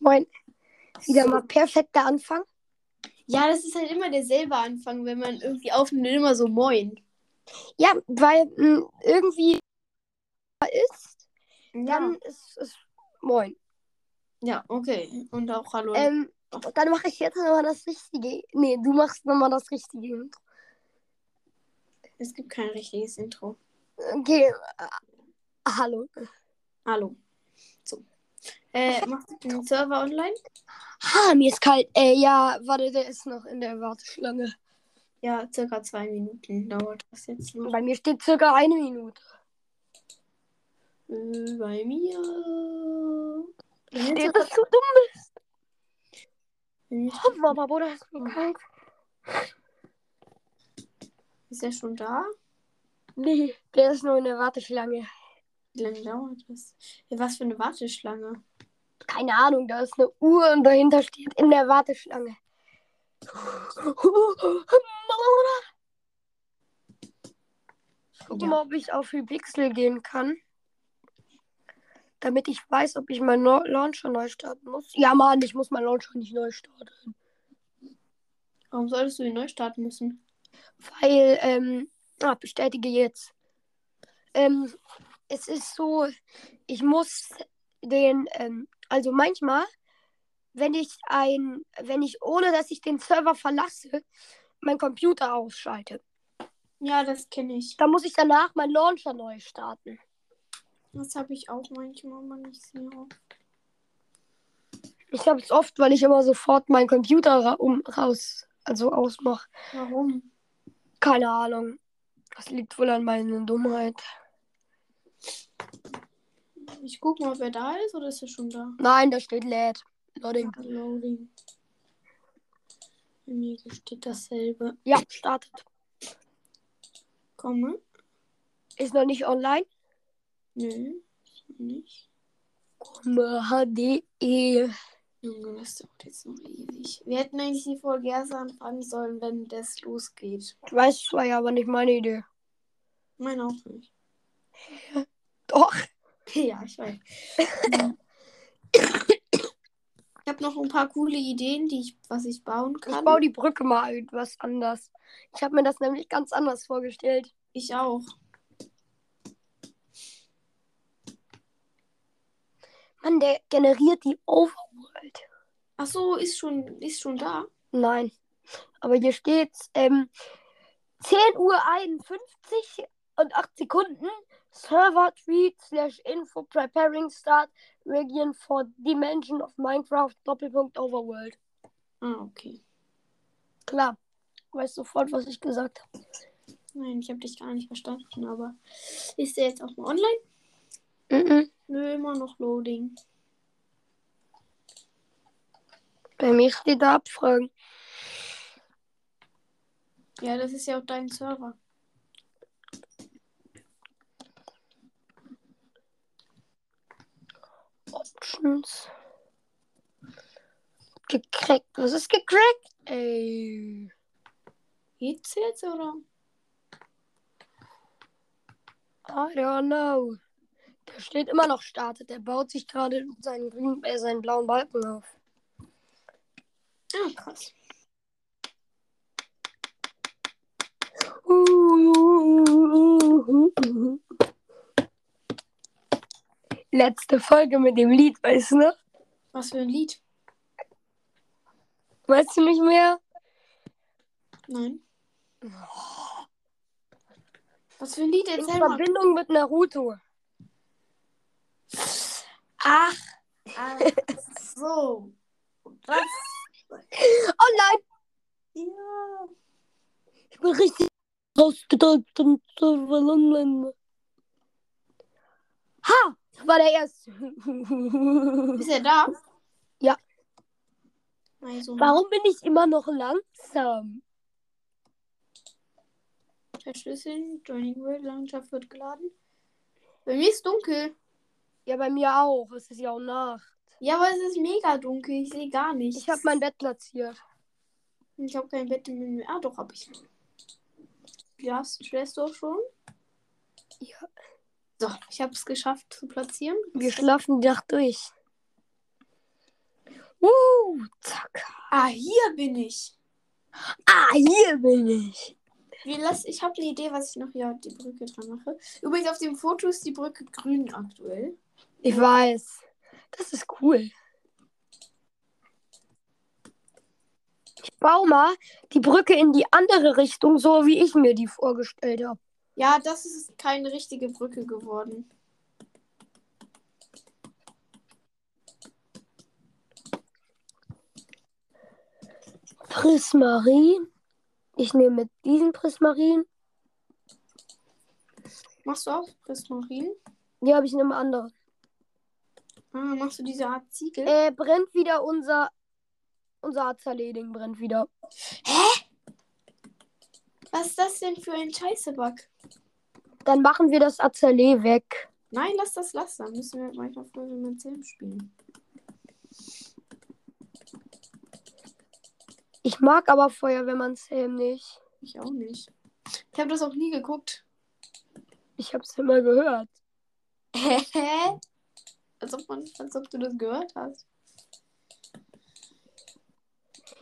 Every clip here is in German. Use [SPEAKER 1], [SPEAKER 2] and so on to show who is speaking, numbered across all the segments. [SPEAKER 1] Moin. Wieder mal perfekter Anfang.
[SPEAKER 2] Ja, das ist halt immer derselbe Anfang, wenn man irgendwie aufnimmt, immer so moin.
[SPEAKER 1] Ja, weil mh, irgendwie ist, dann ist es moin.
[SPEAKER 2] ja, okay. Und auch hallo.
[SPEAKER 1] Ähm, dann mache ich jetzt nochmal das richtige. Nee, du machst nochmal das richtige Intro.
[SPEAKER 2] es gibt kein richtiges Intro.
[SPEAKER 1] Okay. äh, Hallo.
[SPEAKER 2] Hallo. So. Äh, machst du den Server online?
[SPEAKER 1] Ha, mir ist kalt. Äh, ja, warte, der ist noch in der Warteschlange.
[SPEAKER 2] Ja, circa zwei Minuten dauert das jetzt noch.
[SPEAKER 1] Bei mir steht circa eine Minute.
[SPEAKER 2] Äh, Bei mir.
[SPEAKER 1] Nee, das ist so dumm.
[SPEAKER 2] Bei mir ist-
[SPEAKER 1] Mama, Bruder, ist mir kalt.
[SPEAKER 2] Ist er schon da?
[SPEAKER 1] Nee, der ist nur in der Warteschlange.
[SPEAKER 2] Wie lange dauert das? Ja, was für eine Warteschlange.
[SPEAKER 1] Keine Ahnung, da ist eine Uhr und dahinter steht in der Warteschlange. Mama, Guck
[SPEAKER 2] Ja.
[SPEAKER 1] mal, ob ich auf Hypixel gehen kann. Damit ich weiß, ob ich meinen Neu- Launcher neu starten muss. Ja, Mann, ich muss meinen Launcher nicht neu starten.
[SPEAKER 2] Warum solltest du ihn neu starten müssen?
[SPEAKER 1] Weil, ähm, ah, bestätige jetzt. Ähm, es ist so, ich muss den, ähm, also manchmal, wenn ich ein, wenn ich ohne dass ich den Server verlasse, meinen Computer ausschalte,
[SPEAKER 2] Ja, das kenne ich.
[SPEAKER 1] dann muss ich danach meinen Launcher neu starten.
[SPEAKER 2] Das habe ich auch manchmal, man ich sehe auch.
[SPEAKER 1] Ich habe es oft, weil ich immer sofort meinen Computer ra um raus, also ausmache.
[SPEAKER 2] Warum?
[SPEAKER 1] Keine Ahnung. Das liegt wohl an meiner Dummheit.
[SPEAKER 2] Ich gucke mal, ob er da ist oder ist er schon da?
[SPEAKER 1] Nein, da steht lädt. Loading.
[SPEAKER 2] Loading. Bei mir steht dasselbe.
[SPEAKER 1] Ja, startet.
[SPEAKER 2] Komme?
[SPEAKER 1] Ist noch nicht online.
[SPEAKER 2] Nö, nicht.
[SPEAKER 1] HD.
[SPEAKER 2] Junge, das dauert jetzt noch ewig. Wir hätten eigentlich die Folge erst anfangen sollen, wenn das losgeht.
[SPEAKER 1] Ich weiß es war ja aber nicht meine Idee.
[SPEAKER 2] Mein auch nicht.
[SPEAKER 1] Doch.
[SPEAKER 2] Ja, ich weiß. ich habe noch ein paar coole Ideen, die ich, was ich bauen
[SPEAKER 1] Ich
[SPEAKER 2] kann.
[SPEAKER 1] baue die Brücke mal etwas anders. Ich habe mir das nämlich ganz anders vorgestellt.
[SPEAKER 2] ich auch.
[SPEAKER 1] Mann, der generiert die Overworld.
[SPEAKER 2] Ach so, ist schon, ist schon da.
[SPEAKER 1] Nein. Aber hier steht's, ähm, 10 Uhr 51 und 8 Sekunden. Server Tweet slash Info Preparing Start Region for Dimension of Minecraft Doppelpunkt Overworld.
[SPEAKER 2] Ah, okay.
[SPEAKER 1] Klar. Weiß sofort, was ich gesagt habe.
[SPEAKER 2] Nein, ich habe dich gar nicht verstanden, aber ist der jetzt auch mal online?
[SPEAKER 1] Mhm.
[SPEAKER 2] Nö, immer noch Loading.
[SPEAKER 1] Bei mir steht da Abfragen.
[SPEAKER 2] Ja, das ist ja auch dein Server.
[SPEAKER 1] Options. Gecrackt. Was ist gecrackt? Ey.
[SPEAKER 2] Geht's jetzt oder?
[SPEAKER 1] I don't know. Der steht immer noch startet. Der baut sich gerade seinen, grünen, äh, seinen blauen Balken auf.
[SPEAKER 2] Ah, krass.
[SPEAKER 1] Letzte Folge mit dem Lied, weißt du noch?
[SPEAKER 2] Was für ein Lied?
[SPEAKER 1] Weißt du nicht mehr?
[SPEAKER 2] Nein. Was für ein Lied?
[SPEAKER 1] In
[SPEAKER 2] Erzähl mal.
[SPEAKER 1] Verbindung mit Naruto.
[SPEAKER 2] Ach, ach so. Was?
[SPEAKER 1] Oh nein!
[SPEAKER 2] Ja.
[SPEAKER 1] Ich bin richtig um rausgedrückt und so verloren. Ha! Das war der erste.
[SPEAKER 2] Ist er da?
[SPEAKER 1] Ja.
[SPEAKER 2] Also,
[SPEAKER 1] Warum bin ich immer noch langsam?
[SPEAKER 2] Verschlüsseln, Joining World Landschaft wird geladen. Bei mir ist dunkel.
[SPEAKER 1] Ja, bei mir auch. Es ist ja auch Nacht.
[SPEAKER 2] Ja, aber es ist mega dunkel. Ich sehe gar nichts.
[SPEAKER 1] Ich habe mein Bett platziert.
[SPEAKER 2] Ich habe kein Bett mehr. Ah, doch, habe ich. Schlafst, schläfst du auch schon?
[SPEAKER 1] Ja.
[SPEAKER 2] So, ich habe es geschafft zu platzieren.
[SPEAKER 1] Wir schlafen die Nacht durch. Uh, zack.
[SPEAKER 2] Ah, hier bin ich.
[SPEAKER 1] Ah, hier bin ich.
[SPEAKER 2] Wir lassen, ich habe eine Idee, was ich noch hier an die Brücke dran mache. Übrigens, auf dem Foto ist die Brücke grün aktuell.
[SPEAKER 1] Ich weiß. Das ist cool. Ich baue mal die Brücke in die andere Richtung, so wie ich mir die vorgestellt habe.
[SPEAKER 2] Ja, das ist keine richtige Brücke geworden.
[SPEAKER 1] Prismarin. Ich nehme mit diesen Prismarin.
[SPEAKER 2] Machst du auch Prismarin?
[SPEAKER 1] Die habe ich in einem anderen.
[SPEAKER 2] Ah, machst du diese Art Ziegel?
[SPEAKER 1] Äh, brennt wieder unser. Unser Azaleding brennt wieder.
[SPEAKER 2] Was ist das denn für ein Scheißebug?
[SPEAKER 1] Dann machen wir das Azalé weg.
[SPEAKER 2] Nein, lass das, lass das. Müssen wir manchmal früher mit Sam spielen.
[SPEAKER 1] Ich mag aber Feuerwehrmannshelm nicht.
[SPEAKER 2] Ich auch nicht. Ich habe das auch nie geguckt.
[SPEAKER 1] Ich habe es immer gehört.
[SPEAKER 2] Hä? als, ob man, als ob du das gehört hast.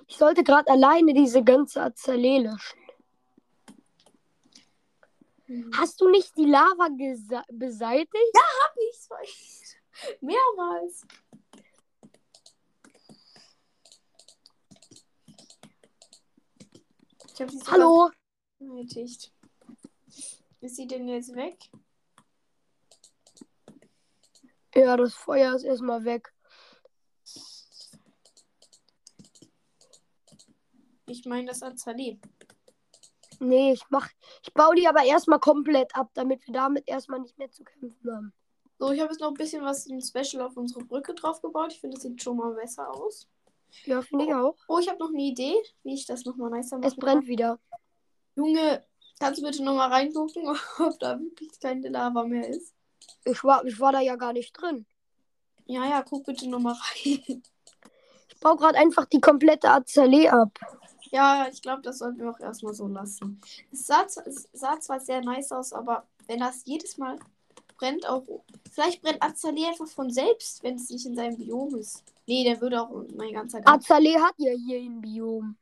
[SPEAKER 1] Ich sollte gerade alleine diese ganze Azalé löschen. Hast du nicht die Lava gesa- beseitigt?
[SPEAKER 2] Hab ich zwei. Mehrmals. Ich hab die sogar
[SPEAKER 1] Hallo?
[SPEAKER 2] benötigt. Ist sie denn jetzt weg?
[SPEAKER 1] Ja, das Feuer ist erstmal weg.
[SPEAKER 2] Ich meine das Azalé.
[SPEAKER 1] Nee, ich mach. Ich baue die aber erstmal komplett ab, damit wir damit erstmal nicht mehr zu kämpfen haben.
[SPEAKER 2] So, ich habe jetzt noch ein bisschen was ein Special auf unsere Brücke drauf gebaut. Ich finde, das sieht schon mal besser aus.
[SPEAKER 1] Ja, finde ich auch.
[SPEAKER 2] Oh, ich habe noch eine Idee, wie ich das nochmal nicer mache.
[SPEAKER 1] Es brennt wieder.
[SPEAKER 2] Junge, kannst du bitte nochmal reingucken, ob da wirklich keine Lava mehr ist?
[SPEAKER 1] Ich war, ich war da ja gar nicht drin.
[SPEAKER 2] Ja, ja, guck bitte nochmal rein.
[SPEAKER 1] Ich baue gerade einfach die komplette Azalée ab.
[SPEAKER 2] ja, ich glaube, das sollten wir auch erstmal so lassen. Es sah, z- es sah zwar sehr nice aus, aber wenn das jedes Mal brennt, auch. Vielleicht brennt Azalea einfach von selbst, wenn es nicht in seinem Biom ist. Nee, der würde auch mein ganzer Garten.
[SPEAKER 1] Azalée hat ja hier ein Biom.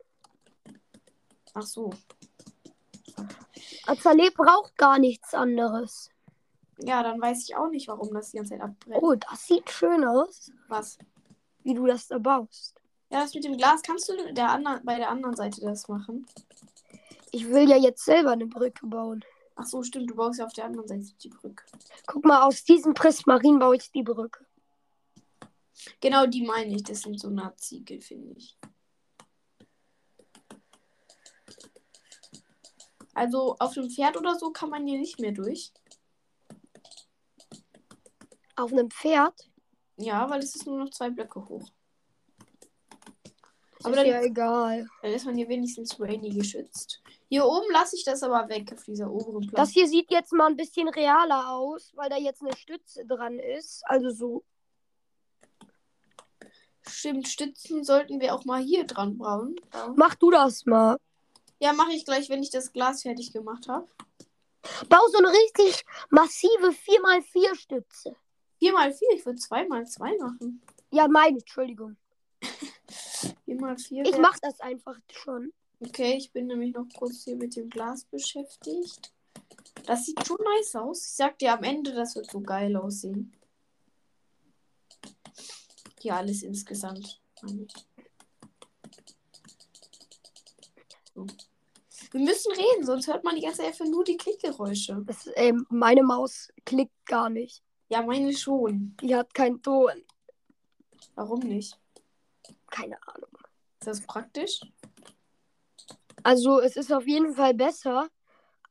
[SPEAKER 2] Ach so.
[SPEAKER 1] Azalée braucht gar nichts anderes.
[SPEAKER 2] Ja, dann weiß ich auch nicht, warum das die ganze Zeit abbrennt.
[SPEAKER 1] Oh, das sieht schön aus,
[SPEAKER 2] Was?
[SPEAKER 1] wie du das da baust.
[SPEAKER 2] Ja, das mit dem Glas. Kannst du der anderen, bei der anderen Seite das machen?
[SPEAKER 1] Ich will ja jetzt selber eine Brücke bauen.
[SPEAKER 2] Ach so, stimmt. Du baust ja auf der anderen Seite die Brücke.
[SPEAKER 1] Guck mal, aus diesem Prismarin baue ich die Brücke.
[SPEAKER 2] Genau, die meine ich. Das sind so Nazi-Ziegel, finde ich. Also auf dem Pferd oder so kann man hier nicht mehr durch.
[SPEAKER 1] Auf einem Pferd?
[SPEAKER 2] Ja, weil es ist nur noch zwei Blöcke hoch.
[SPEAKER 1] Ist
[SPEAKER 2] Aber
[SPEAKER 1] ja
[SPEAKER 2] dann,
[SPEAKER 1] egal.
[SPEAKER 2] dann ist man hier wenigstens Rainy geschützt. Hier oben lasse ich das aber weg auf dieser oberen
[SPEAKER 1] Das
[SPEAKER 2] Platte.
[SPEAKER 1] hier sieht jetzt mal ein bisschen realer aus, weil da jetzt eine Stütze dran ist. Also so.
[SPEAKER 2] Stimmt, Stützen sollten wir auch mal hier dran bauen. bauen.
[SPEAKER 1] Mach du das mal.
[SPEAKER 2] Ja, mache ich gleich, wenn ich das Glas fertig gemacht habe.
[SPEAKER 1] Bau so eine richtig massive 4x4 Stütze.
[SPEAKER 2] Vier mal vier, ich würde zwei mal zwei machen.
[SPEAKER 1] Ja, meine, Entschuldigung.
[SPEAKER 2] Vier mal vier.
[SPEAKER 1] Ich
[SPEAKER 2] wär-
[SPEAKER 1] mach das einfach schon.
[SPEAKER 2] Okay, ich bin nämlich noch kurz hier mit dem Glas beschäftigt. Das sieht schon nice aus. Ich sag dir am Ende, das wird so geil aussehen. Hier alles insgesamt. meine ich. So. Wir müssen reden, sonst hört man die ganze Zeit einfach nur die Klickgeräusche.
[SPEAKER 1] Das, ähm, meine Maus klickt gar nicht.
[SPEAKER 2] Ja, meine schon.
[SPEAKER 1] Die hat keinen Ton.
[SPEAKER 2] Warum nicht?
[SPEAKER 1] Keine Ahnung.
[SPEAKER 2] Ist das praktisch?
[SPEAKER 1] Also es ist auf jeden Fall besser.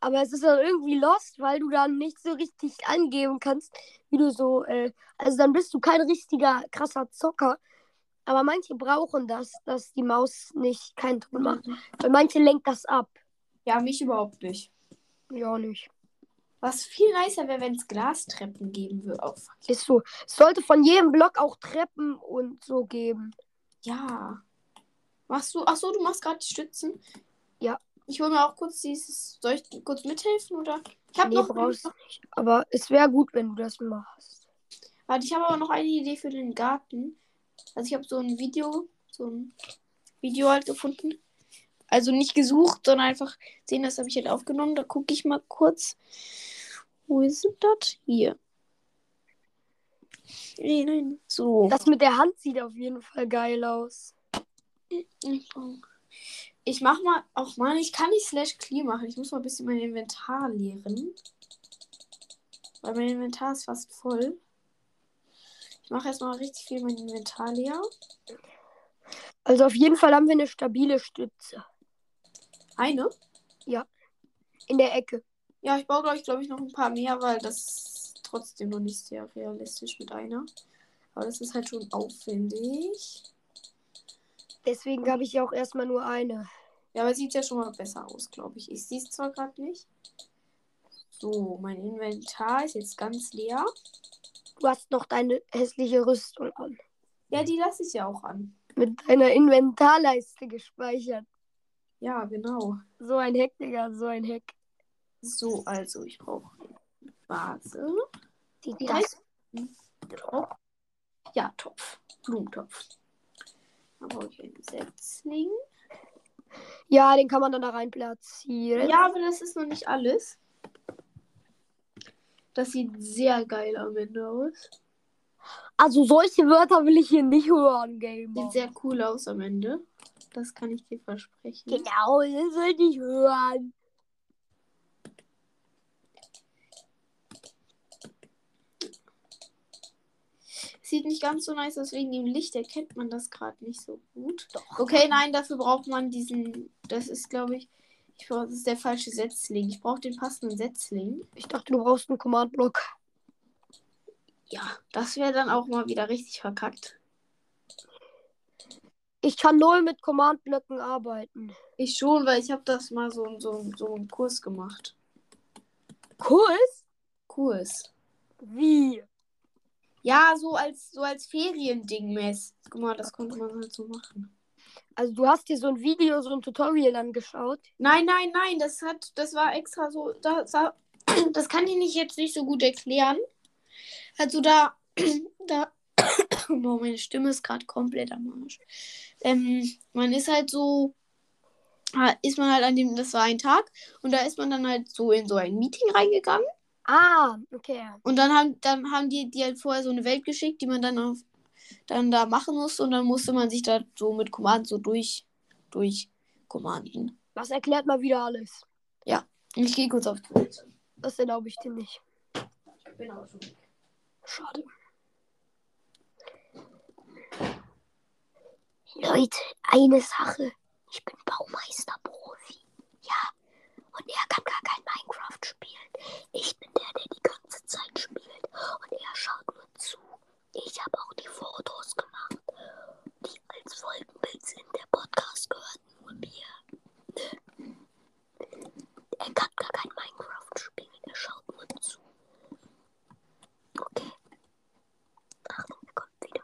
[SPEAKER 1] Aber es ist dann irgendwie lost, weil du dann nicht so richtig angeben kannst, wie du so. Äh, also dann bist du kein richtiger krasser Zocker. Aber manche brauchen das, dass die Maus nicht keinen Ton macht. Weil manche lenkt das ab.
[SPEAKER 2] Ja, mich überhaupt nicht.
[SPEAKER 1] Ja, nicht.
[SPEAKER 2] Was viel nicer wäre, wenn es Glastreppen geben würde. Oh, fuck.
[SPEAKER 1] Ist so. Es sollte von jedem Block auch Treppen und so geben.
[SPEAKER 2] Ja. Machst du. Achso, du machst gerade die Stützen.
[SPEAKER 1] Ja.
[SPEAKER 2] Ich hole mir auch kurz dieses. Soll ich kurz mithelfen oder? Ich habe
[SPEAKER 1] nee,
[SPEAKER 2] noch.
[SPEAKER 1] brauchst du nicht. Aber es wäre gut, wenn du das machst.
[SPEAKER 2] Warte, ich habe aber noch eine Idee für den Garten. Also ich habe so ein Video, so ein Video halt gefunden. Also nicht gesucht, sondern einfach sehen, das habe ich halt aufgenommen. Da gucke ich mal kurz. Wo ist denn das? Hier. Nee, nein. So.
[SPEAKER 1] Das mit der Hand sieht auf jeden Fall geil aus.
[SPEAKER 2] Ich mach mal, auch mal, ich kann nicht slash clear machen. Ich muss mal ein bisschen mein Inventar leeren. Weil mein Inventar ist fast voll. Ich mache erstmal richtig viel mein Inventar leer.
[SPEAKER 1] Also auf jeden Fall haben wir eine stabile Stütze
[SPEAKER 2] Eine.
[SPEAKER 1] in der Ecke.
[SPEAKER 2] Ja, ich baue, glaube ich, glaube ich, noch ein paar mehr, weil das ist trotzdem noch nicht sehr realistisch mit einer. Aber das ist halt schon aufwendig.
[SPEAKER 1] Deswegen habe ich ja auch erstmal nur eine.
[SPEAKER 2] Ja, aber sieht ja schon mal besser aus, glaube ich. Ich sehe es zwar gerade nicht. So, mein Inventar ist jetzt ganz leer.
[SPEAKER 1] Du hast noch deine hässliche Rüstung an.
[SPEAKER 2] Ja, die lasse ich ja auch an.
[SPEAKER 1] Mit deiner Inventarleiste gespeichert.
[SPEAKER 2] Ja, genau.
[SPEAKER 1] So ein Hack, Digga, so ein Hack.
[SPEAKER 2] So, also, ich brauche Vase.
[SPEAKER 1] Die,
[SPEAKER 2] Wie heißt- Topf. Ja, Topf. Blumentopf. Dann brauche ich einen Setzling.
[SPEAKER 1] Ja, den kann man dann da rein platzieren.
[SPEAKER 2] Ja, aber das ist noch nicht alles. Das sieht sehr geil am Ende aus.
[SPEAKER 1] Also solche Wörter will ich hier nicht hören, Gamer.
[SPEAKER 2] Sieht sehr cool aus am Ende. Das kann ich dir versprechen.
[SPEAKER 1] Genau, das will ich nicht hören.
[SPEAKER 2] Sieht nicht ganz so nice aus, wegen dem Licht erkennt man das gerade nicht so gut. Okay, nein, dafür braucht man diesen. Das ist, glaube ich. Ich brauche, das ist der falsche Setzling. Ich brauche den passenden Setzling.
[SPEAKER 1] Ich dachte, du brauchst einen Command-Block.
[SPEAKER 2] Ja, das wäre dann auch mal wieder richtig verkackt.
[SPEAKER 1] Ich kann null mit Command-Blöcken arbeiten.
[SPEAKER 2] Ich schon, weil ich habe das mal so, so, so einen Kurs gemacht.
[SPEAKER 1] Kurs?
[SPEAKER 2] Kurs.
[SPEAKER 1] Wie?
[SPEAKER 2] Ja, so als so als Feriending mäßig. Guck mal, das konnte man halt so machen.
[SPEAKER 1] Also du hast dir so ein Video, so ein Tutorial angeschaut.
[SPEAKER 2] Nein, nein, nein, das hat, das war extra so, da, da, das kann ich nicht jetzt nicht so gut erklären. Also da, da, boah, meine Stimme ist gerade komplett am Arsch. Ähm, man ist halt so, ah, ist man halt an dem, das war ein Tag und da ist man dann halt so in so ein Meeting reingegangen.
[SPEAKER 1] Ah, okay.
[SPEAKER 2] Und dann haben, dann haben die, die halt vorher so eine Welt geschickt, die man dann, auf, dann da machen musste. Und dann musste man sich da so mit Command so durch, durch Commanden.
[SPEAKER 1] Das erklärt mal wieder alles.
[SPEAKER 2] Ich gehe kurz auf Toilette.
[SPEAKER 1] Das erlaube ich dir nicht.
[SPEAKER 2] Ich bin auch schon. weg.
[SPEAKER 1] Schade. Leute, eine Sache. Ich bin Baumeisterprofi. Ja. Und er kann gar kein Minecraft spielen. Ich bin der, der die ganze Zeit spielt. Und er schaut nur zu. Ich habe auch die Fotos gemacht. Die als Folgenbild sind. Der Podcast gehört nur mir. Er kann gar kein Minecraft spielen. Er schaut nur zu. Okay. Achtung, er kommt wieder.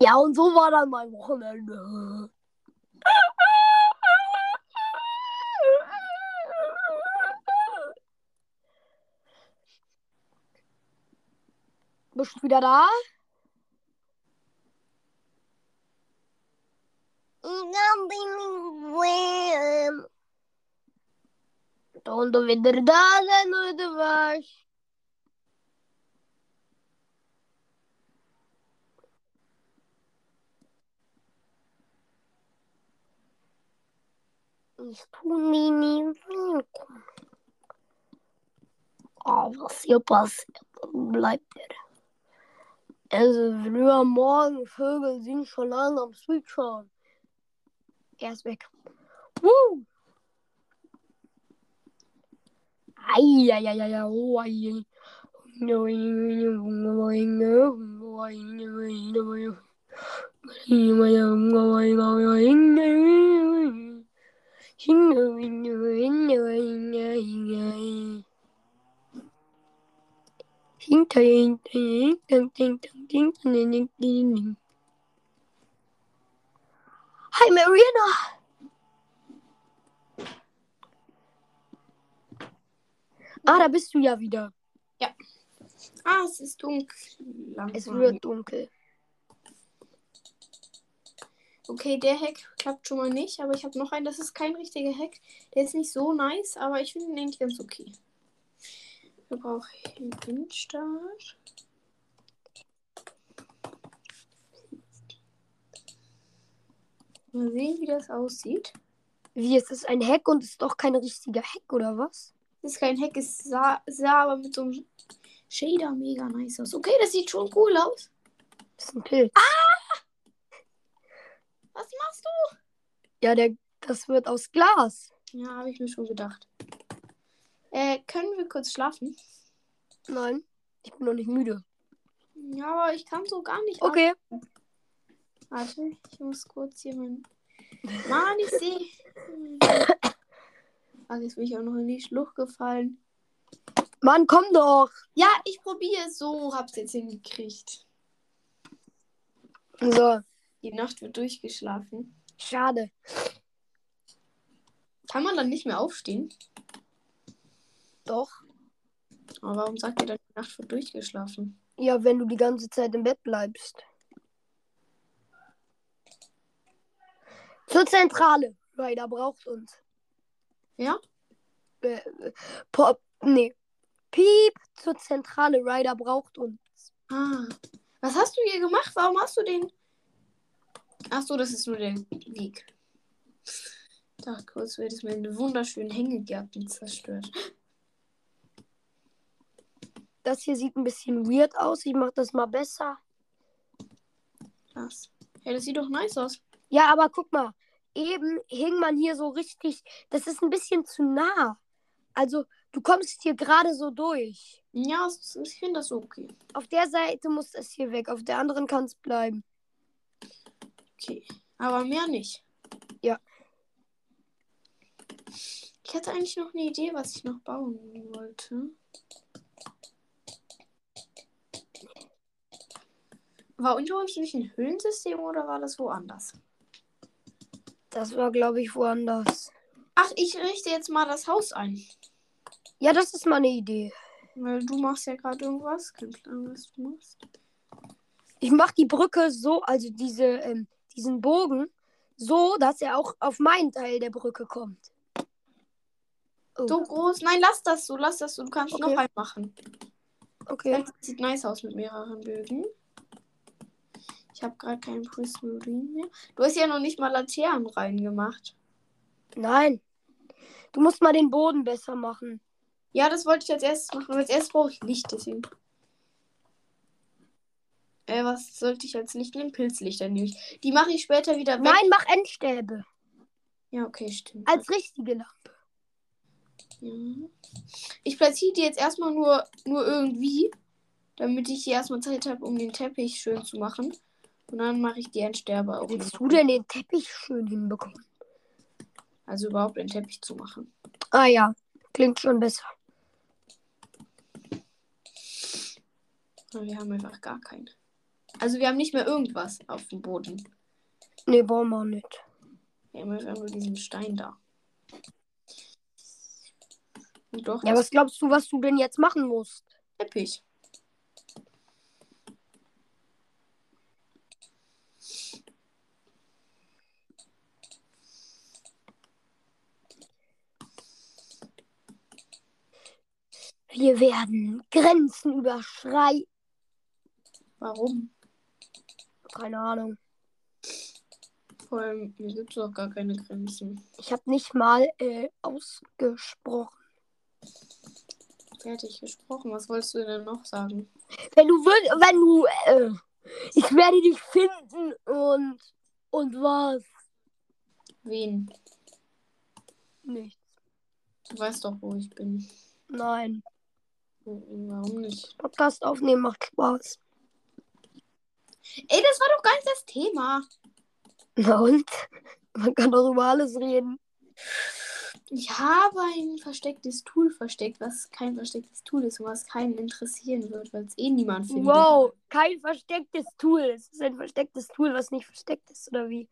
[SPEAKER 1] Ja, und so war dann mein Wochenende. Bist du wieder da? Dann du wieder da sein oder was? Ich tu mir nicht willkommen. Ah, was hier passiert, bleibt er. Also, früh am Morgen, Vögel sind schon lange am Switchern. Er ist weg. Woo! Eieieiei, oh, ei. Hi Marina! Ah, da bist du ja wieder.
[SPEAKER 2] Ah, es ist dunkel.
[SPEAKER 1] Es
[SPEAKER 2] langsam.
[SPEAKER 1] wird dunkel.
[SPEAKER 2] Okay, der Hack klappt schon mal nicht, aber ich habe noch einen. Das ist kein richtiger Hack. Der ist nicht so nice, aber ich finde ihn eigentlich ganz okay. Wir brauchen einen Windstab. Mal sehen, wie das aussieht.
[SPEAKER 1] Wie, es ist ein Hack und es ist doch kein richtiger Hack, oder was?
[SPEAKER 2] Das ist kein Hack, es sah, sah aber mit so einem Shader mega nice aus. Okay, das sieht schon cool aus.
[SPEAKER 1] Das ist ein Pilz.
[SPEAKER 2] Ah! Was machst
[SPEAKER 1] Ja, der, das wird aus Glas.
[SPEAKER 2] du? Ja, habe ich mir schon gedacht. Äh, können wir kurz schlafen?
[SPEAKER 1] Nein, ich bin noch nicht müde.
[SPEAKER 2] Ja, aber ich kann so gar nicht.
[SPEAKER 1] Okay.
[SPEAKER 2] Warte, ich muss kurz hier mein. Mann, ich sehe. Ach, jetzt bin ich auch noch in die Schlucht gefallen.
[SPEAKER 1] Mann, komm doch.
[SPEAKER 2] Ja, ich probiere es so. Hab's jetzt hingekriegt.
[SPEAKER 1] So,
[SPEAKER 2] Die Nacht wird durchgeschlafen.
[SPEAKER 1] schade.
[SPEAKER 2] Kann man dann nicht mehr aufstehen?
[SPEAKER 1] Doch.
[SPEAKER 2] Aber warum sagt ihr dann, die Nacht wird durchgeschlafen?
[SPEAKER 1] Ja, wenn du die ganze Zeit im Bett bleibst. Zur Zentrale. Ryder braucht uns.
[SPEAKER 2] Ja?
[SPEAKER 1] Äh, äh, Pop, nee. Piep zur Zentrale. Ryder braucht uns.
[SPEAKER 2] Ah. Was hast du hier gemacht? Warum hast du den. Ach so, das ist nur der Weg. Ich dachte kurz, wird es mir einen wunderschönen Hängegärten zerstört.
[SPEAKER 1] Das hier sieht ein bisschen weird aus. Ich mach das mal besser.
[SPEAKER 2] Krass. Ja, das sieht doch nice aus.
[SPEAKER 1] Ja, aber guck mal. Eben hing man hier so richtig. Das ist ein bisschen zu nah. Also, du kommst hier gerade so durch.
[SPEAKER 2] Ja, es- ich finde das okay.
[SPEAKER 1] Auf der Seite muss das hier weg, auf der anderen kann es bleiben.
[SPEAKER 2] Okay. Aber mehr nicht.
[SPEAKER 1] Ja.
[SPEAKER 2] Ich hatte eigentlich noch eine Idee, was ich noch bauen wollte. War unter uns nicht ein Höhlensystem oder war das woanders?
[SPEAKER 1] Das war, glaube ich, woanders.
[SPEAKER 2] Ach, ich richte jetzt mal das Haus ein.
[SPEAKER 1] Ja, das ist mal eine Idee.
[SPEAKER 2] Weil du machst ja gerade irgendwas. Kein Plan, was du machst.
[SPEAKER 1] Ich mach die Brücke so, also diese, ähm, diesen Bogen, so, dass er auch auf meinen Teil der Brücke kommt. Oh,
[SPEAKER 2] So groß. Nein, lass das so, lass das so. Du kannst
[SPEAKER 1] Okay.
[SPEAKER 2] noch einen machen.
[SPEAKER 1] okay.
[SPEAKER 2] Das sieht nice aus mit mehreren Bögen. Ich habe gerade keinen Prismarin mehr. Du hast ja noch nicht mal Laternen reingemacht.
[SPEAKER 1] Nein. Du musst mal den Boden besser machen.
[SPEAKER 2] Ja, das wollte ich als erstes machen, aber als erstes brauche ich Licht, deswegen. Äh, was sollte ich als Licht nehmen? Pilzlichter nehme ich. Die mache ich später wieder weg.
[SPEAKER 1] Nein, mach Endstäbe.
[SPEAKER 2] Ja, okay, stimmt.
[SPEAKER 1] Als richtige Lampe.
[SPEAKER 2] Ja. Mhm. Ich platziere die jetzt erstmal nur, nur irgendwie, damit ich hier erstmal Zeit habe, um den Teppich schön zu machen. Und dann mache ich die Endsterbe auch.
[SPEAKER 1] Willst
[SPEAKER 2] noch.
[SPEAKER 1] du denn den Teppich schön hinbekommen?
[SPEAKER 2] Also überhaupt den Teppich zu machen.
[SPEAKER 1] Ah ja, klingt schon besser.
[SPEAKER 2] Und wir haben einfach gar keinen. Also wir haben nicht mehr irgendwas auf dem Boden.
[SPEAKER 1] Nee, brauchen wir auch nicht.
[SPEAKER 2] Wir haben einfach nur diesen Stein da. Und doch
[SPEAKER 1] Ja,
[SPEAKER 2] das
[SPEAKER 1] was glaubst du, was du denn jetzt machen musst?
[SPEAKER 2] Teppich.
[SPEAKER 1] Wir werden Grenzen überschreiten.
[SPEAKER 2] Warum?
[SPEAKER 1] Keine Ahnung.
[SPEAKER 2] Vor allem, hier gibt es doch gar keine Grenzen.
[SPEAKER 1] Ich habe nicht mal äh, ausgesprochen.
[SPEAKER 2] Fertig gesprochen. Was wolltest du denn noch sagen?
[SPEAKER 1] Wenn du würd- wenn du, äh, ich werde dich finden und und was?
[SPEAKER 2] Wen?
[SPEAKER 1] Nicht.
[SPEAKER 2] Du weißt doch, wo ich bin.
[SPEAKER 1] Nein.
[SPEAKER 2] Warum nicht?
[SPEAKER 1] Podcast aufnehmen macht Spaß.
[SPEAKER 2] Ey, das war doch gar nicht das Thema.
[SPEAKER 1] Na und? Man kann doch über alles reden.
[SPEAKER 2] Ich habe ein verstecktes Tool versteckt, was kein verstecktes Tool ist und was keinen interessieren wird, weil es eh niemand findet.
[SPEAKER 1] Wow, kein verstecktes Tool. Es ist ein verstecktes Tool, was nicht versteckt ist, oder wie?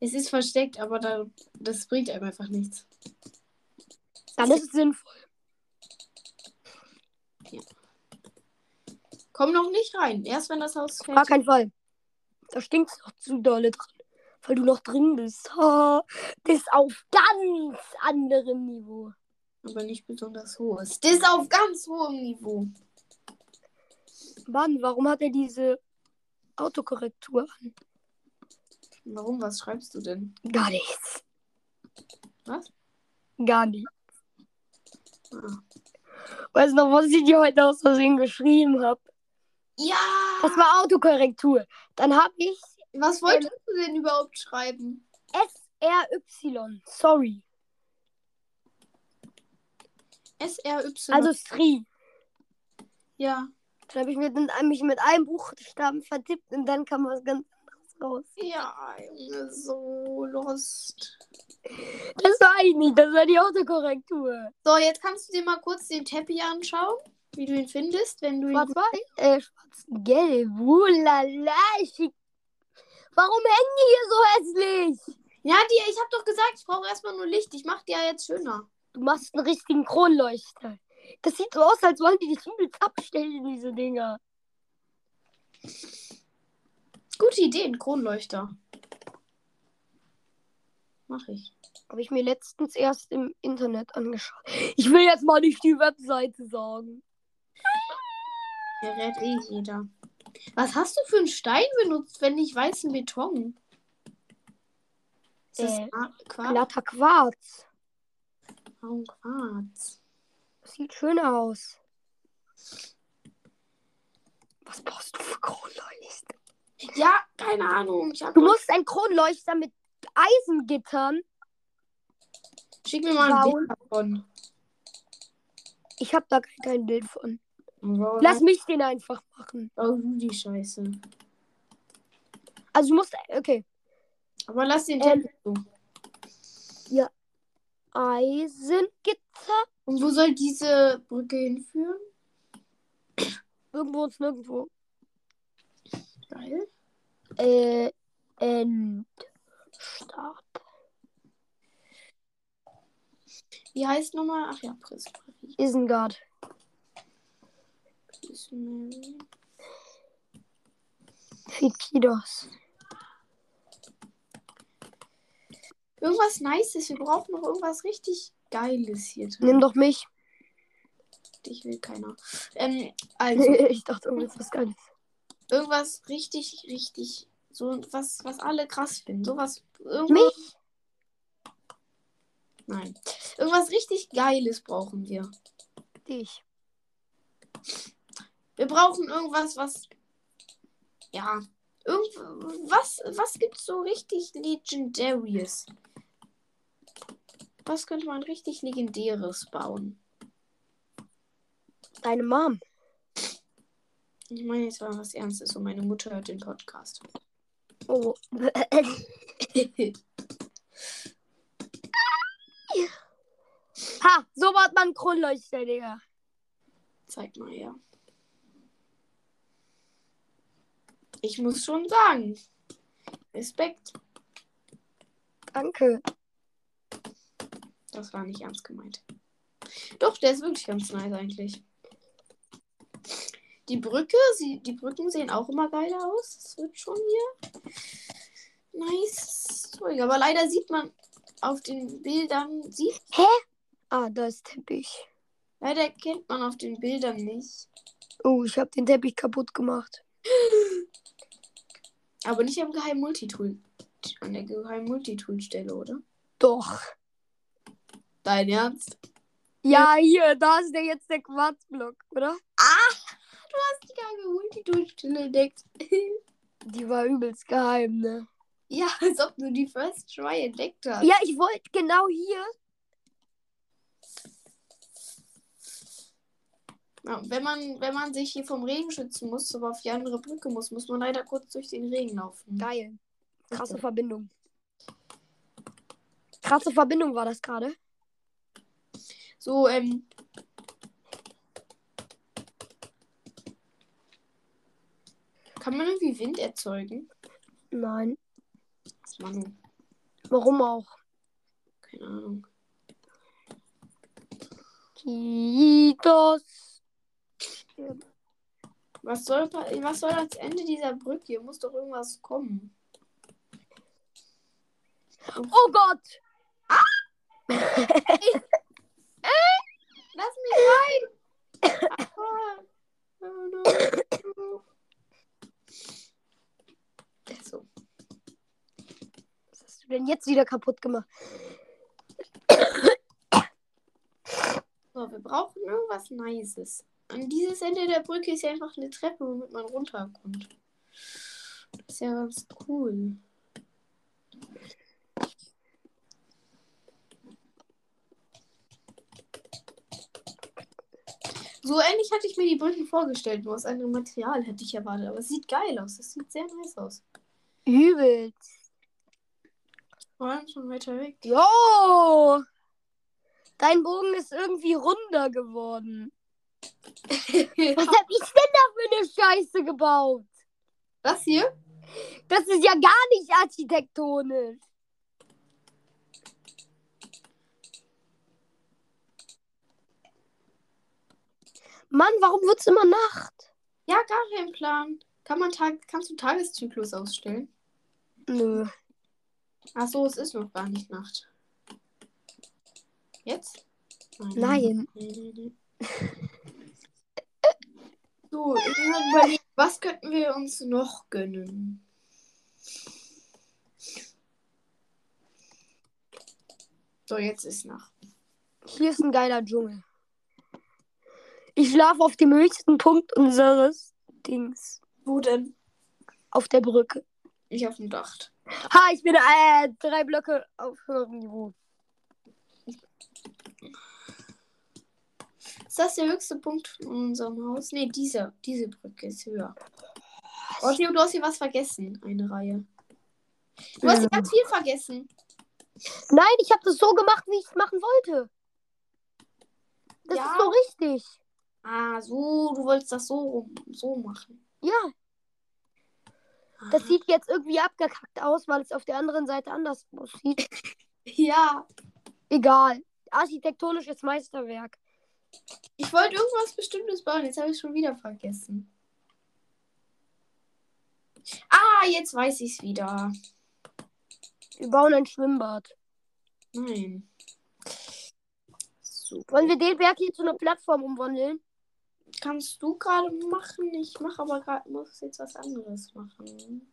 [SPEAKER 2] Es ist versteckt, aber da, das bringt einem einfach nichts.
[SPEAKER 1] Dann ist es sinnvoll.
[SPEAKER 2] Komm noch nicht rein. Erst wenn das Haus
[SPEAKER 1] Auf gar
[SPEAKER 2] fertig
[SPEAKER 1] keinen Fall. Da stinkt noch zu dolle dran, weil du noch drin bist. Ha, das ist auf ganz anderem Niveau.
[SPEAKER 2] aber nicht besonders hoch ist. Das ist auf ganz hohem Niveau.
[SPEAKER 1] Mann, warum hat er diese Autokorrektur an?
[SPEAKER 2] Warum? Was schreibst du denn?
[SPEAKER 1] Gar nichts.
[SPEAKER 2] Was?
[SPEAKER 1] Gar nichts.
[SPEAKER 2] Ah.
[SPEAKER 1] Weißt du noch, was ich dir heute aus Versehen geschrieben habe?
[SPEAKER 2] Ja!
[SPEAKER 1] Das war Autokorrektur. Dann habe ich
[SPEAKER 2] Was wolltest du denn überhaupt schreiben?
[SPEAKER 1] SRY. Sorry.
[SPEAKER 2] SRY.
[SPEAKER 1] Also Sri.
[SPEAKER 2] ja.
[SPEAKER 1] Dann habe ich mir dann, mich mit einem Buchstaben vertippt und dann kam was ganz anderes raus.
[SPEAKER 2] Ja, Junge, so lost.
[SPEAKER 1] Das war ich nicht, das war die Autokorrektur.
[SPEAKER 2] So, jetzt kannst du dir mal kurz den Teppich anschauen, wie du ihn findest, wenn du ihn.
[SPEAKER 1] Schwarz-Weiß? Äh, schwarz-gelb. Ulala, schick. Warum hängen die hier so hässlich?
[SPEAKER 2] Ja, dir, ich hab doch gesagt, ich brauche erstmal nur Licht. Ich mach dir ja jetzt schöner.
[SPEAKER 1] Du machst einen richtigen Kronleuchter. Das sieht so aus, als wollen die dich übelst abstellen, diese Dinger.
[SPEAKER 2] Gute Idee, ein Kronleuchter. Mach ich.
[SPEAKER 1] Habe ich mir letztens erst im Internet angeschaut. Ich will jetzt mal nicht die Webseite sagen.
[SPEAKER 2] Der rät eh jeder. Was hast du für einen Stein benutzt, wenn ich weißen Beton? Ist das
[SPEAKER 1] Äh,
[SPEAKER 2] Ar- Quarz?
[SPEAKER 1] Glatter Quarz.
[SPEAKER 2] Warum Quarz?
[SPEAKER 1] Das sieht schön aus. Was brauchst du für Kronleuchter?
[SPEAKER 2] Ja, keine Ahnung. Ich hab
[SPEAKER 1] Du musst einen Kronleuchter mit Eisengittern.
[SPEAKER 2] Schick mir mal ein
[SPEAKER 1] Bauen.
[SPEAKER 2] Bild davon.
[SPEAKER 1] Ich habe da kein- kein Bild von.
[SPEAKER 2] Bro,
[SPEAKER 1] Lass mich den einfach machen.
[SPEAKER 2] Oh, die Scheiße.
[SPEAKER 1] Also du musst. Okay.
[SPEAKER 2] Aber lass den
[SPEAKER 1] Ähm.
[SPEAKER 2] Tempel zu.
[SPEAKER 1] Eisengitter.
[SPEAKER 2] Und wo soll diese Brücke hinführen?
[SPEAKER 1] Irgendwo ist nirgendwo.
[SPEAKER 2] Geil.
[SPEAKER 1] Äh. Endstart.
[SPEAKER 2] Wie heißt nochmal? Ach ja, Prismari.
[SPEAKER 1] Isengard.
[SPEAKER 2] Prismari.
[SPEAKER 1] Fikidos.
[SPEAKER 2] Irgendwas Nices. Wir brauchen noch irgendwas richtig Geiles hier drin.
[SPEAKER 1] Nimm doch mich.
[SPEAKER 2] Dich will keiner. Ähm, also,
[SPEAKER 1] ich dachte, irgendwas ist geil.
[SPEAKER 2] irgendwas richtig, richtig. So was, was alle krass finden. Sowas. Irgendwas.
[SPEAKER 1] Mich?
[SPEAKER 2] Nein. Irgendwas richtig Geiles brauchen wir.
[SPEAKER 1] Dich.
[SPEAKER 2] Wir brauchen irgendwas, was. Ja. Irgendwas. Was gibt's so richtig Legendaries? Was könnte man richtig Legendäres bauen?
[SPEAKER 1] Deine Mom.
[SPEAKER 2] Ich meine jetzt mal was Ernstes und meine Mutter hört den Podcast.
[SPEAKER 1] Oh. ha, so baut man einen Kronleuchter, Digga.
[SPEAKER 2] Zeig mal her. Ich muss schon sagen. Respekt.
[SPEAKER 1] Danke.
[SPEAKER 2] Das war nicht ernst gemeint. Doch, der ist wirklich ganz nice eigentlich. Die Brücke, sie, die Brücken sehen auch immer geil aus. Das wird schon hier. Nice. Zeug. Aber leider sieht man auf den Bildern, sieht,
[SPEAKER 1] Ah, da ist Teppich.
[SPEAKER 2] leider erkennt man auf den Bildern nicht.
[SPEAKER 1] Oh, ich habe den Teppich kaputt gemacht.
[SPEAKER 2] Aber nicht am geheimen Multitool. An der geheimen Multitool-Stelle, oder?
[SPEAKER 1] Doch.
[SPEAKER 2] Dein Ernst?
[SPEAKER 1] Ja, hier, da ist der jetzt der Quarzblock, oder?
[SPEAKER 2] Die geheime Multitool-Stelle entdeckt.
[SPEAKER 1] Die war übelst geheim, ne?
[SPEAKER 2] ja, als ob du die First Try entdeckt hast.
[SPEAKER 1] Ja, ich wollte genau hier.
[SPEAKER 2] Ja, wenn, man, wenn man sich hier vom Regen schützen muss, aber auf die andere Brücke muss, muss man leider kurz durch den Regen laufen.
[SPEAKER 1] Geil. Krasse Verbindung. Krasse Verbindung war das gerade.
[SPEAKER 2] So, ähm. Kann man irgendwie Wind erzeugen?
[SPEAKER 1] Nein.
[SPEAKER 2] Mann,
[SPEAKER 1] Warum auch?
[SPEAKER 2] keine Ahnung.
[SPEAKER 1] Kitos.
[SPEAKER 2] Was soll, pa- was soll ans Ende dieser Brücke? Hier muss doch irgendwas kommen.
[SPEAKER 1] Oh Gott!
[SPEAKER 2] Lass mich rein! Ah. Oh no. So.
[SPEAKER 1] Was hast du denn jetzt wieder kaputt gemacht?
[SPEAKER 2] so, wir brauchen irgendwas Nices. An dieses Ende der Brücke ist ja einfach eine Treppe, womit man runterkommt. Das ist ja ganz cool. So ähnlich hatte ich mir die Brücken vorgestellt, nur aus anderem Material hätte ich erwartet. Aber es sieht geil aus. Es sieht sehr nice aus.
[SPEAKER 1] Übel.
[SPEAKER 2] Vor allem schon weiter weg.
[SPEAKER 1] Jo! Dein Bogen ist irgendwie runder geworden. Was hab ich denn da für eine Scheiße gebaut?
[SPEAKER 2] Das hier?
[SPEAKER 1] Das ist ja gar nicht architektonisch. Mann, warum wird's immer Nacht?
[SPEAKER 2] Ja, gar kein Plan. Kann man Tag kannst du Tageszyklus ausstellen?
[SPEAKER 1] Nö.
[SPEAKER 2] Ach so, es ist noch gar nicht Nacht. Jetzt?
[SPEAKER 1] Nein.
[SPEAKER 2] So, ich hab überlegt, was könnten wir uns noch gönnen? So, jetzt ist Nacht.
[SPEAKER 1] Hier ist ein geiler Dschungel. Ich schlafe auf dem höchsten Punkt unseres Dings.
[SPEAKER 2] Wo denn?
[SPEAKER 1] Auf der Brücke.
[SPEAKER 2] Ich auf dem Dach.
[SPEAKER 1] Ha, ich bin äh, drei Blöcke auf höherem Niveau.
[SPEAKER 2] Ist das der höchste Punkt von unserem Haus? Ne, dieser. Diese Brücke ist höher. Oh, Theo, du hast hier was vergessen. Eine Reihe. Du hast hier
[SPEAKER 1] Ja.
[SPEAKER 2] ganz viel vergessen.
[SPEAKER 1] Nein, ich habe das so gemacht, wie ich es machen wollte. Das
[SPEAKER 2] Ja.
[SPEAKER 1] ist so richtig.
[SPEAKER 2] Ah, so, du wolltest das so rum, so machen.
[SPEAKER 1] Ja, das sieht jetzt irgendwie abgekackt aus, weil es auf der anderen Seite anders aussieht.
[SPEAKER 2] ja.
[SPEAKER 1] Egal. Architektonisches Meisterwerk.
[SPEAKER 2] Ich wollte irgendwas Bestimmtes bauen, jetzt habe ich es schon wieder vergessen. Ah, jetzt weiß ich es wieder.
[SPEAKER 1] Wir bauen ein Schwimmbad.
[SPEAKER 2] Nein. So.
[SPEAKER 1] Wollen wir den Berg hier zu einer Plattform umwandeln?
[SPEAKER 2] Kannst du gerade machen? Ich mache aber gerade, muss jetzt was anderes machen.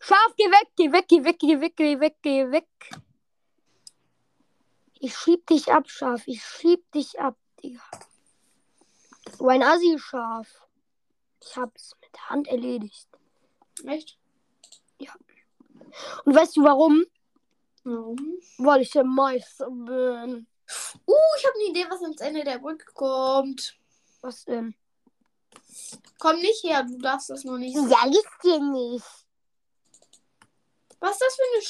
[SPEAKER 1] Schaf, geh weg, geh weg, geh weg, geh weg, geh weg, geh weg. Ich schieb dich ab, Schaf. Ich schieb dich ab, Digga. Du ein Assi-Schaf. Ich hab's mit der Hand erledigt.
[SPEAKER 2] Echt?
[SPEAKER 1] Und weißt du warum?
[SPEAKER 2] Warum?
[SPEAKER 1] Weil ich der Meister bin.
[SPEAKER 2] Uh, ich habe eine Idee, was ans Ende der Brücke kommt.
[SPEAKER 1] Was denn?
[SPEAKER 2] Komm nicht her, du darfst das noch nicht.
[SPEAKER 1] Ja, ist dir nicht.
[SPEAKER 2] Was ist das für eine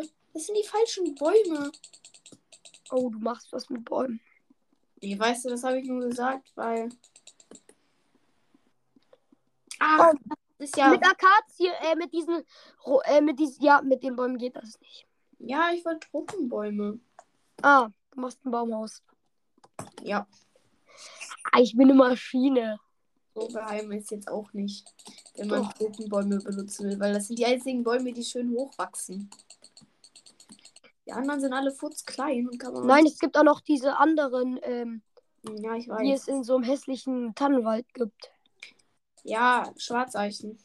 [SPEAKER 2] Scheiße? Das sind die falschen Bäume.
[SPEAKER 1] Oh, du machst was mit Bäumen.
[SPEAKER 2] Nee, weißt du, das habe ich nur gesagt, weil. Ah, das ist ja.
[SPEAKER 1] Oh. Mit Akazien, äh, mit diesen, Ro- äh, mit diesen, ja, mit den Bäumen geht das nicht.
[SPEAKER 2] Ja, ich wollte Tropenbäume.
[SPEAKER 1] Ah, du machst ein Baumhaus.
[SPEAKER 2] Ja,
[SPEAKER 1] Ah, ich bin eine Maschine.
[SPEAKER 2] so geheim ist jetzt auch nicht, wenn man
[SPEAKER 1] Doch.
[SPEAKER 2] Tropenbäume benutzen will, weil das sind die einzigen Bäume, die schön hochwachsen. Die anderen sind alle futzklein und kann man. hm,
[SPEAKER 1] Nein, es gibt auch noch diese anderen, ähm,
[SPEAKER 2] Ja, ich
[SPEAKER 1] die
[SPEAKER 2] weiß.
[SPEAKER 1] es in so einem hässlichen Tannenwald gibt.
[SPEAKER 2] Ja, Schwarzeichen.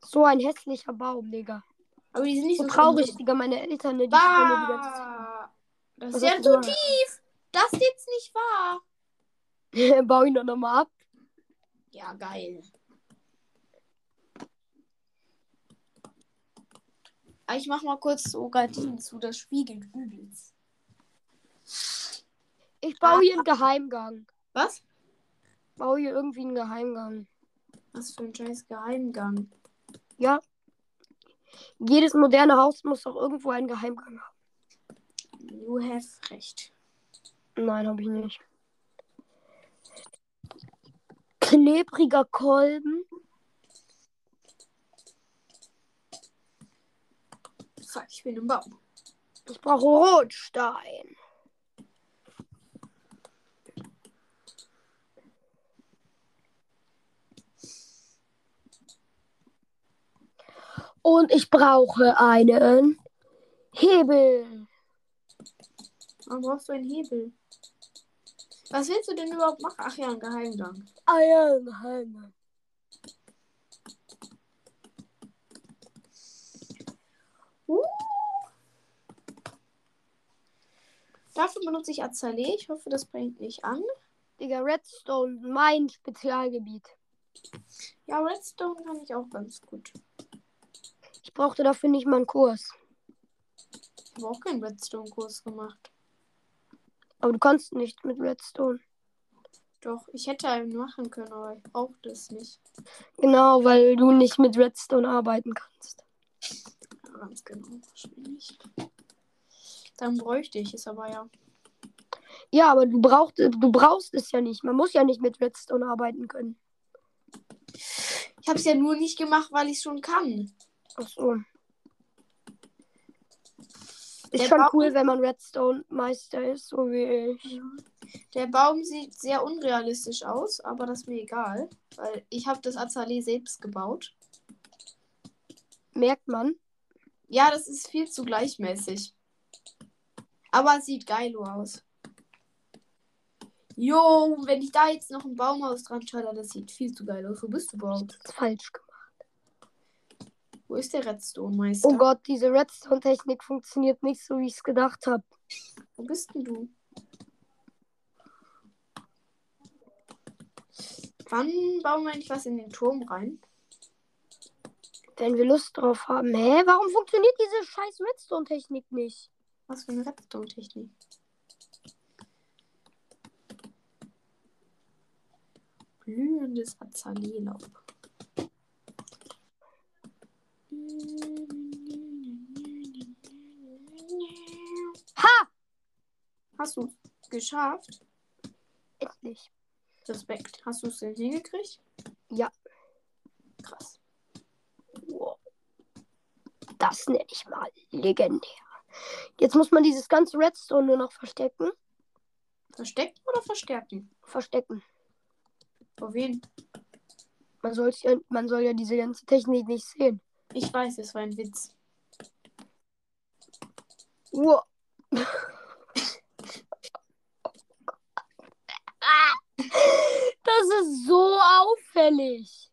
[SPEAKER 1] So ein hässlicher Baum, Digga.
[SPEAKER 2] Aber die sind nicht
[SPEAKER 1] So
[SPEAKER 2] so,
[SPEAKER 1] traurig, Digga, meine Eltern, ne, die Schwämme, die
[SPEAKER 2] Ah!
[SPEAKER 1] ganze Also
[SPEAKER 2] Bah! Das
[SPEAKER 1] Was
[SPEAKER 2] ist ja
[SPEAKER 1] hast
[SPEAKER 2] zu
[SPEAKER 1] du gemacht?
[SPEAKER 2] tief! Das ist jetzt nicht wahr!
[SPEAKER 1] Zeit- Bau ihn doch nochmal ab.
[SPEAKER 2] Ja, geil. Ah, Ich mach mal kurz so Gardinen zu, das spiegelt übelst.
[SPEAKER 1] Ich baue hier einen Geheimgang.
[SPEAKER 2] Was?
[SPEAKER 1] Baue hier irgendwie einen Geheimgang.
[SPEAKER 2] Was für ein scheiß Geheimgang.
[SPEAKER 1] Ja. Jedes moderne Haus muss doch irgendwo einen Geheimgang haben.
[SPEAKER 2] You have recht.
[SPEAKER 1] Nein, habe ich nicht. Klebriger Kolben.
[SPEAKER 2] Fuck, ich bin im Baum.
[SPEAKER 1] Ich brauche Rotstein. Und ich brauche einen Hebel.
[SPEAKER 2] Warum brauchst du einen Hebel? Was willst du denn überhaupt machen? Ach ja, einen Geheimgang.
[SPEAKER 1] Einen Hebel.
[SPEAKER 2] Uh. Dafür benutze ich Azalea. Ich hoffe, das bringt nicht an.
[SPEAKER 1] Digga, Redstone, mein Spezialgebiet.
[SPEAKER 2] Ja, Redstone kann ich auch ganz gut.
[SPEAKER 1] Ich brauchte dafür nicht mal einen Kurs.
[SPEAKER 2] Ich habe auch keinen Redstone-Kurs gemacht.
[SPEAKER 1] Aber du kannst nicht mit Redstone.
[SPEAKER 2] Doch, ich hätte einen machen können, aber ich brauchte es nicht.
[SPEAKER 1] Genau, weil du nicht mit Redstone arbeiten kannst.
[SPEAKER 2] Ja, ganz genau, wahrscheinlich. Dann bräuchte ich es aber ja.
[SPEAKER 1] Ja, aber du, braucht, du brauchst es ja nicht. Man muss ja nicht mit Redstone arbeiten können.
[SPEAKER 2] Ich habe es ja nur nicht gemacht, weil ich schon kann.
[SPEAKER 1] Ach so.
[SPEAKER 2] Der
[SPEAKER 1] Ist schon
[SPEAKER 2] Baum-
[SPEAKER 1] cool, wenn man Redstone-Meister ist, so wie ich.
[SPEAKER 2] Der Baum sieht sehr unrealistisch aus, aber das ist mir egal, weil ich habe das Azalea selbst gebaut.
[SPEAKER 1] Merkt man.
[SPEAKER 2] Ja, das ist viel zu gleichmäßig. Aber es sieht geil aus. Jo, wenn ich da jetzt noch ein Baumhaus dran schalte, das sieht viel zu geil aus. Wo bist du überhaupt?
[SPEAKER 1] Das ist falsch gemacht.
[SPEAKER 2] Wo ist der Redstone-Meister?
[SPEAKER 1] Oh Gott, diese Redstone-Technik funktioniert nicht so, wie ich es gedacht habe.
[SPEAKER 2] Wo bist denn du? Wann bauen wir eigentlich was in den Turm rein?
[SPEAKER 1] Wenn wir Lust drauf haben. Hä, warum funktioniert diese scheiß Redstone-Technik nicht?
[SPEAKER 2] Was für eine Redstone-Technik? Blühendes Azalee-Laub.
[SPEAKER 1] Ha!
[SPEAKER 2] Hast du geschafft?
[SPEAKER 1] Endlich.
[SPEAKER 2] Respekt. Hast du es denn hingekriegt?
[SPEAKER 1] Ja.
[SPEAKER 2] Krass.
[SPEAKER 1] Wow. Das nenne ich mal legendär. Jetzt muss man dieses ganze Redstone nur noch verstecken.
[SPEAKER 2] Verstecken oder verstärken?
[SPEAKER 1] Verstecken.
[SPEAKER 2] Vor wen?
[SPEAKER 1] Man, soll's ja, man soll ja diese ganze Technik nicht sehen.
[SPEAKER 2] Ich weiß, es war ein Witz.
[SPEAKER 1] Wow. Das ist so auffällig.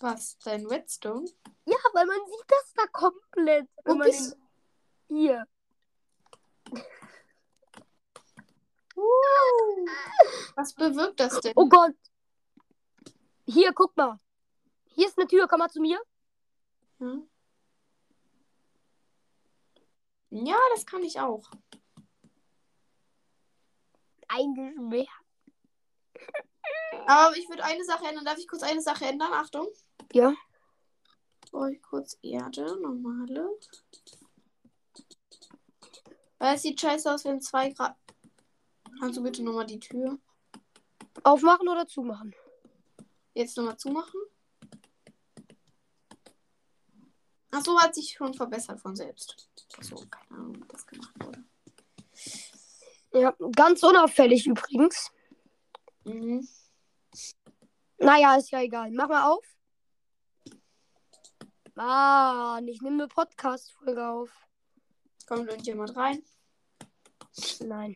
[SPEAKER 2] Was? Dein Redstone?
[SPEAKER 1] Ja, weil man sieht das da komplett.
[SPEAKER 2] Wo
[SPEAKER 1] Wenn man
[SPEAKER 2] bist
[SPEAKER 1] den- Hier.
[SPEAKER 2] Was bewirkt das denn?
[SPEAKER 1] Oh Gott. Hier, guck mal. Hier ist eine Tür. Komm mal zu mir.
[SPEAKER 2] Ja. ja, das kann ich auch.
[SPEAKER 1] Eingeschmiert.
[SPEAKER 2] Aber ich würde eine Sache ändern. Darf ich kurz eine Sache ändern? Achtung.
[SPEAKER 1] Ja.
[SPEAKER 2] Brauche ich kurz Erde, normale. Weil es sieht scheiße aus, wenn zwei Grad. Kannst du bitte nochmal die Tür
[SPEAKER 1] Aufmachen oder zumachen?
[SPEAKER 2] jetzt nochmal zumachen? Ach so, hat sich schon verbessert von selbst. Ach So, keine Ahnung, wie das gemacht wurde.
[SPEAKER 1] Ja, ganz unauffällig übrigens.
[SPEAKER 2] Mhm.
[SPEAKER 1] Naja, ist ja egal. Mach mal auf. Mann, Ah, ich nehme eine Podcast-Folge auf.
[SPEAKER 2] Kommt irgendjemand rein?
[SPEAKER 1] Nein.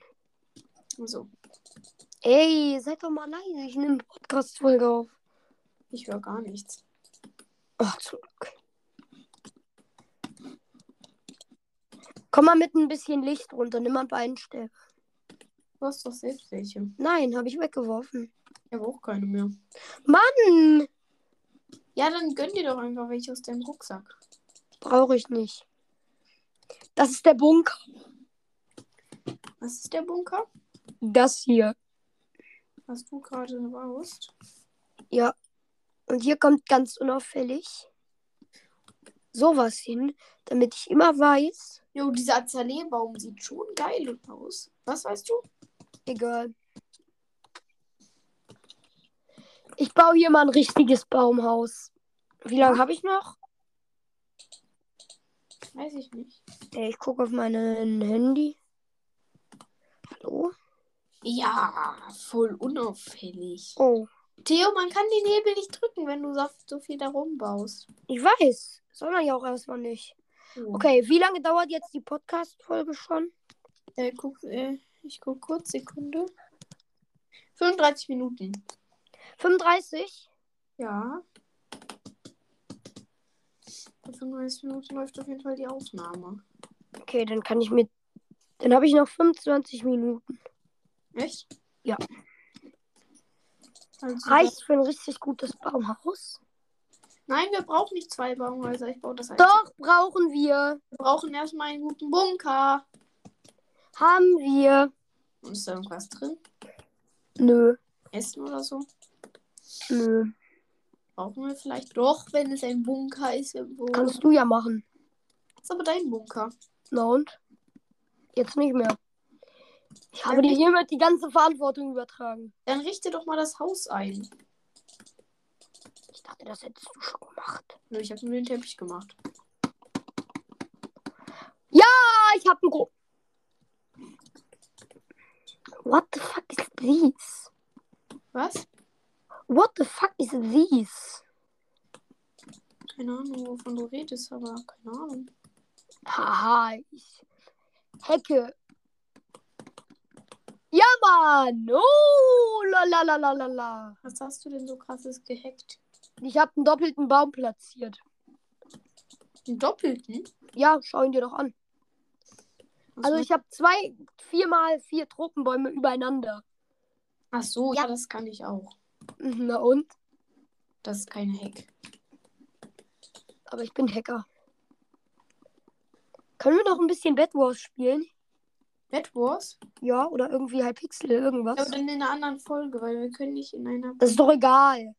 [SPEAKER 2] So,
[SPEAKER 1] Ey, seid doch mal leise. Ich nehme eine Podcast-Folge auf.
[SPEAKER 2] ich höre gar nichts.
[SPEAKER 1] Ach, zum Glück. Komm mal mit ein bisschen Licht runter. Nimm mal ein Beinstell.
[SPEAKER 2] Du hast doch selbst welche.
[SPEAKER 1] Nein, habe ich weggeworfen.
[SPEAKER 2] Ich habe auch keine mehr.
[SPEAKER 1] Hm,
[SPEAKER 2] Ja, dann gönn dir doch einfach welche aus deinem Rucksack.
[SPEAKER 1] brauche ich nicht. Das ist der Bunker.
[SPEAKER 2] Was ist der Bunker?
[SPEAKER 1] Das hier.
[SPEAKER 2] Was du gerade baust?
[SPEAKER 1] Ja. Und hier kommt ganz unauffällig sowas hin, damit ich immer weiß,
[SPEAKER 2] Jo, dieser Azalee-Baum sieht schon geil aus. Was weißt du?
[SPEAKER 1] Egal. Ich baue hier mal ein richtiges Baumhaus. Wie lange habe ich noch?
[SPEAKER 2] Weiß ich nicht.
[SPEAKER 1] Ey, ich gucke auf mein Handy. Hallo?
[SPEAKER 2] Ja, voll unauffällig.
[SPEAKER 1] Oh.
[SPEAKER 2] Theo, man kann den Hebel nicht drücken, wenn du so- so viel da rumbaust.
[SPEAKER 1] Ich weiß. Soll man ja auch erstmal nicht.
[SPEAKER 2] Okay.
[SPEAKER 1] Okay, wie lange dauert jetzt die Podcast-Folge schon?
[SPEAKER 2] Äh, guck, äh, ich guck kurz, Sekunde. 35 Minuten.
[SPEAKER 1] 35?
[SPEAKER 2] Ja. Bei 35 Minuten läuft auf jeden Fall die Aufnahme.
[SPEAKER 1] Okay, dann kann ich mit. Dann habe ich noch 25 Minuten.
[SPEAKER 2] Echt?
[SPEAKER 1] Ja.
[SPEAKER 2] Also,
[SPEAKER 1] Reicht für ein richtig gutes Baumhaus?
[SPEAKER 2] Nein, wir brauchen nicht zwei Baumhäuser. Ich baue das einzige.
[SPEAKER 1] Doch, brauchen wir.
[SPEAKER 2] Wir brauchen erstmal einen guten Bunker.
[SPEAKER 1] Haben wir.
[SPEAKER 2] Und ist da irgendwas drin?
[SPEAKER 1] Nö,
[SPEAKER 2] Essen oder so?
[SPEAKER 1] nö.
[SPEAKER 2] Brauchen wir vielleicht doch, wenn es ein Bunker ist irgendwo. Das
[SPEAKER 1] Kannst du ja machen.
[SPEAKER 2] ist aber dein Bunker.
[SPEAKER 1] Na und? Jetzt nicht mehr. Ich habe dir hiermit die ganze Verantwortung übertragen.
[SPEAKER 2] Dann richte doch mal das Haus ein.
[SPEAKER 1] Ich dachte, das hättest du schon gemacht.
[SPEAKER 2] Nö, Ich habe nur den Teppich gemacht.
[SPEAKER 1] Ah, ich habe einen Gro. What the fuck is this?
[SPEAKER 2] Was?
[SPEAKER 1] What the fuck is this?
[SPEAKER 2] Keine Ahnung, wovon du redest, aber keine Ahnung.
[SPEAKER 1] Haha, ich. Hecke. Ja, Mann! Oh, la la la la la la.
[SPEAKER 2] Was hast du denn so krasses gehackt?
[SPEAKER 1] Ich habe einen doppelten Baum platziert.
[SPEAKER 2] Den doppelten?
[SPEAKER 1] Ja, schau ihn dir doch an.
[SPEAKER 2] Was
[SPEAKER 1] Also
[SPEAKER 2] mit-
[SPEAKER 1] ich habe zwei, viermal vier Tropenbäume übereinander.
[SPEAKER 2] Ach so,
[SPEAKER 1] Ja.
[SPEAKER 2] ja, das kann ich auch.
[SPEAKER 1] Mhm, Na und?
[SPEAKER 2] Das ist kein Hack.
[SPEAKER 1] Aber ich bin Hacker. Können wir noch ein bisschen Bad Wars spielen?
[SPEAKER 2] Bad Wars?
[SPEAKER 1] Ja, oder irgendwie Hypixel, irgendwas.
[SPEAKER 2] Aber dann in einer anderen Folge, weil wir können nicht in einer.
[SPEAKER 1] Das ist doch egal.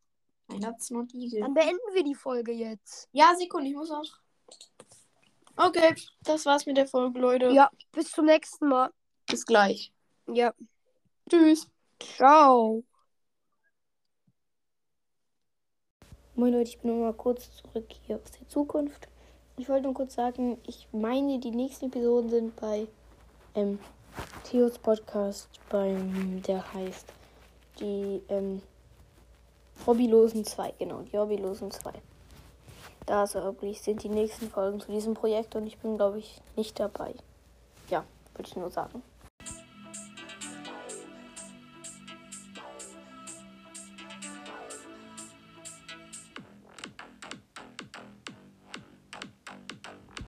[SPEAKER 2] Nein, that's not Eagle.
[SPEAKER 1] Dann beenden wir die Folge jetzt.
[SPEAKER 2] Ja, Sekunde, ich muss noch. Okay, das war's mit der Folge, Leute.
[SPEAKER 1] Ja, bis zum nächsten Mal.
[SPEAKER 2] Bis gleich.
[SPEAKER 1] Ja.
[SPEAKER 2] Tschüss.
[SPEAKER 1] Ciao.
[SPEAKER 3] Moin Leute, ich bin nochmal kurz zurück hier aus der Zukunft. Ich wollte nur kurz sagen, ich meine, die nächsten Episoden sind bei ähm, Theos Podcast, beim, der heißt die ähm, Hobbylosen 2, genau, die Hobbylosen 2. Da ist er wirklich, sind die nächsten Folgen zu diesem Projekt und ich bin, glaube ich, nicht dabei. Ja, würde ich nur sagen.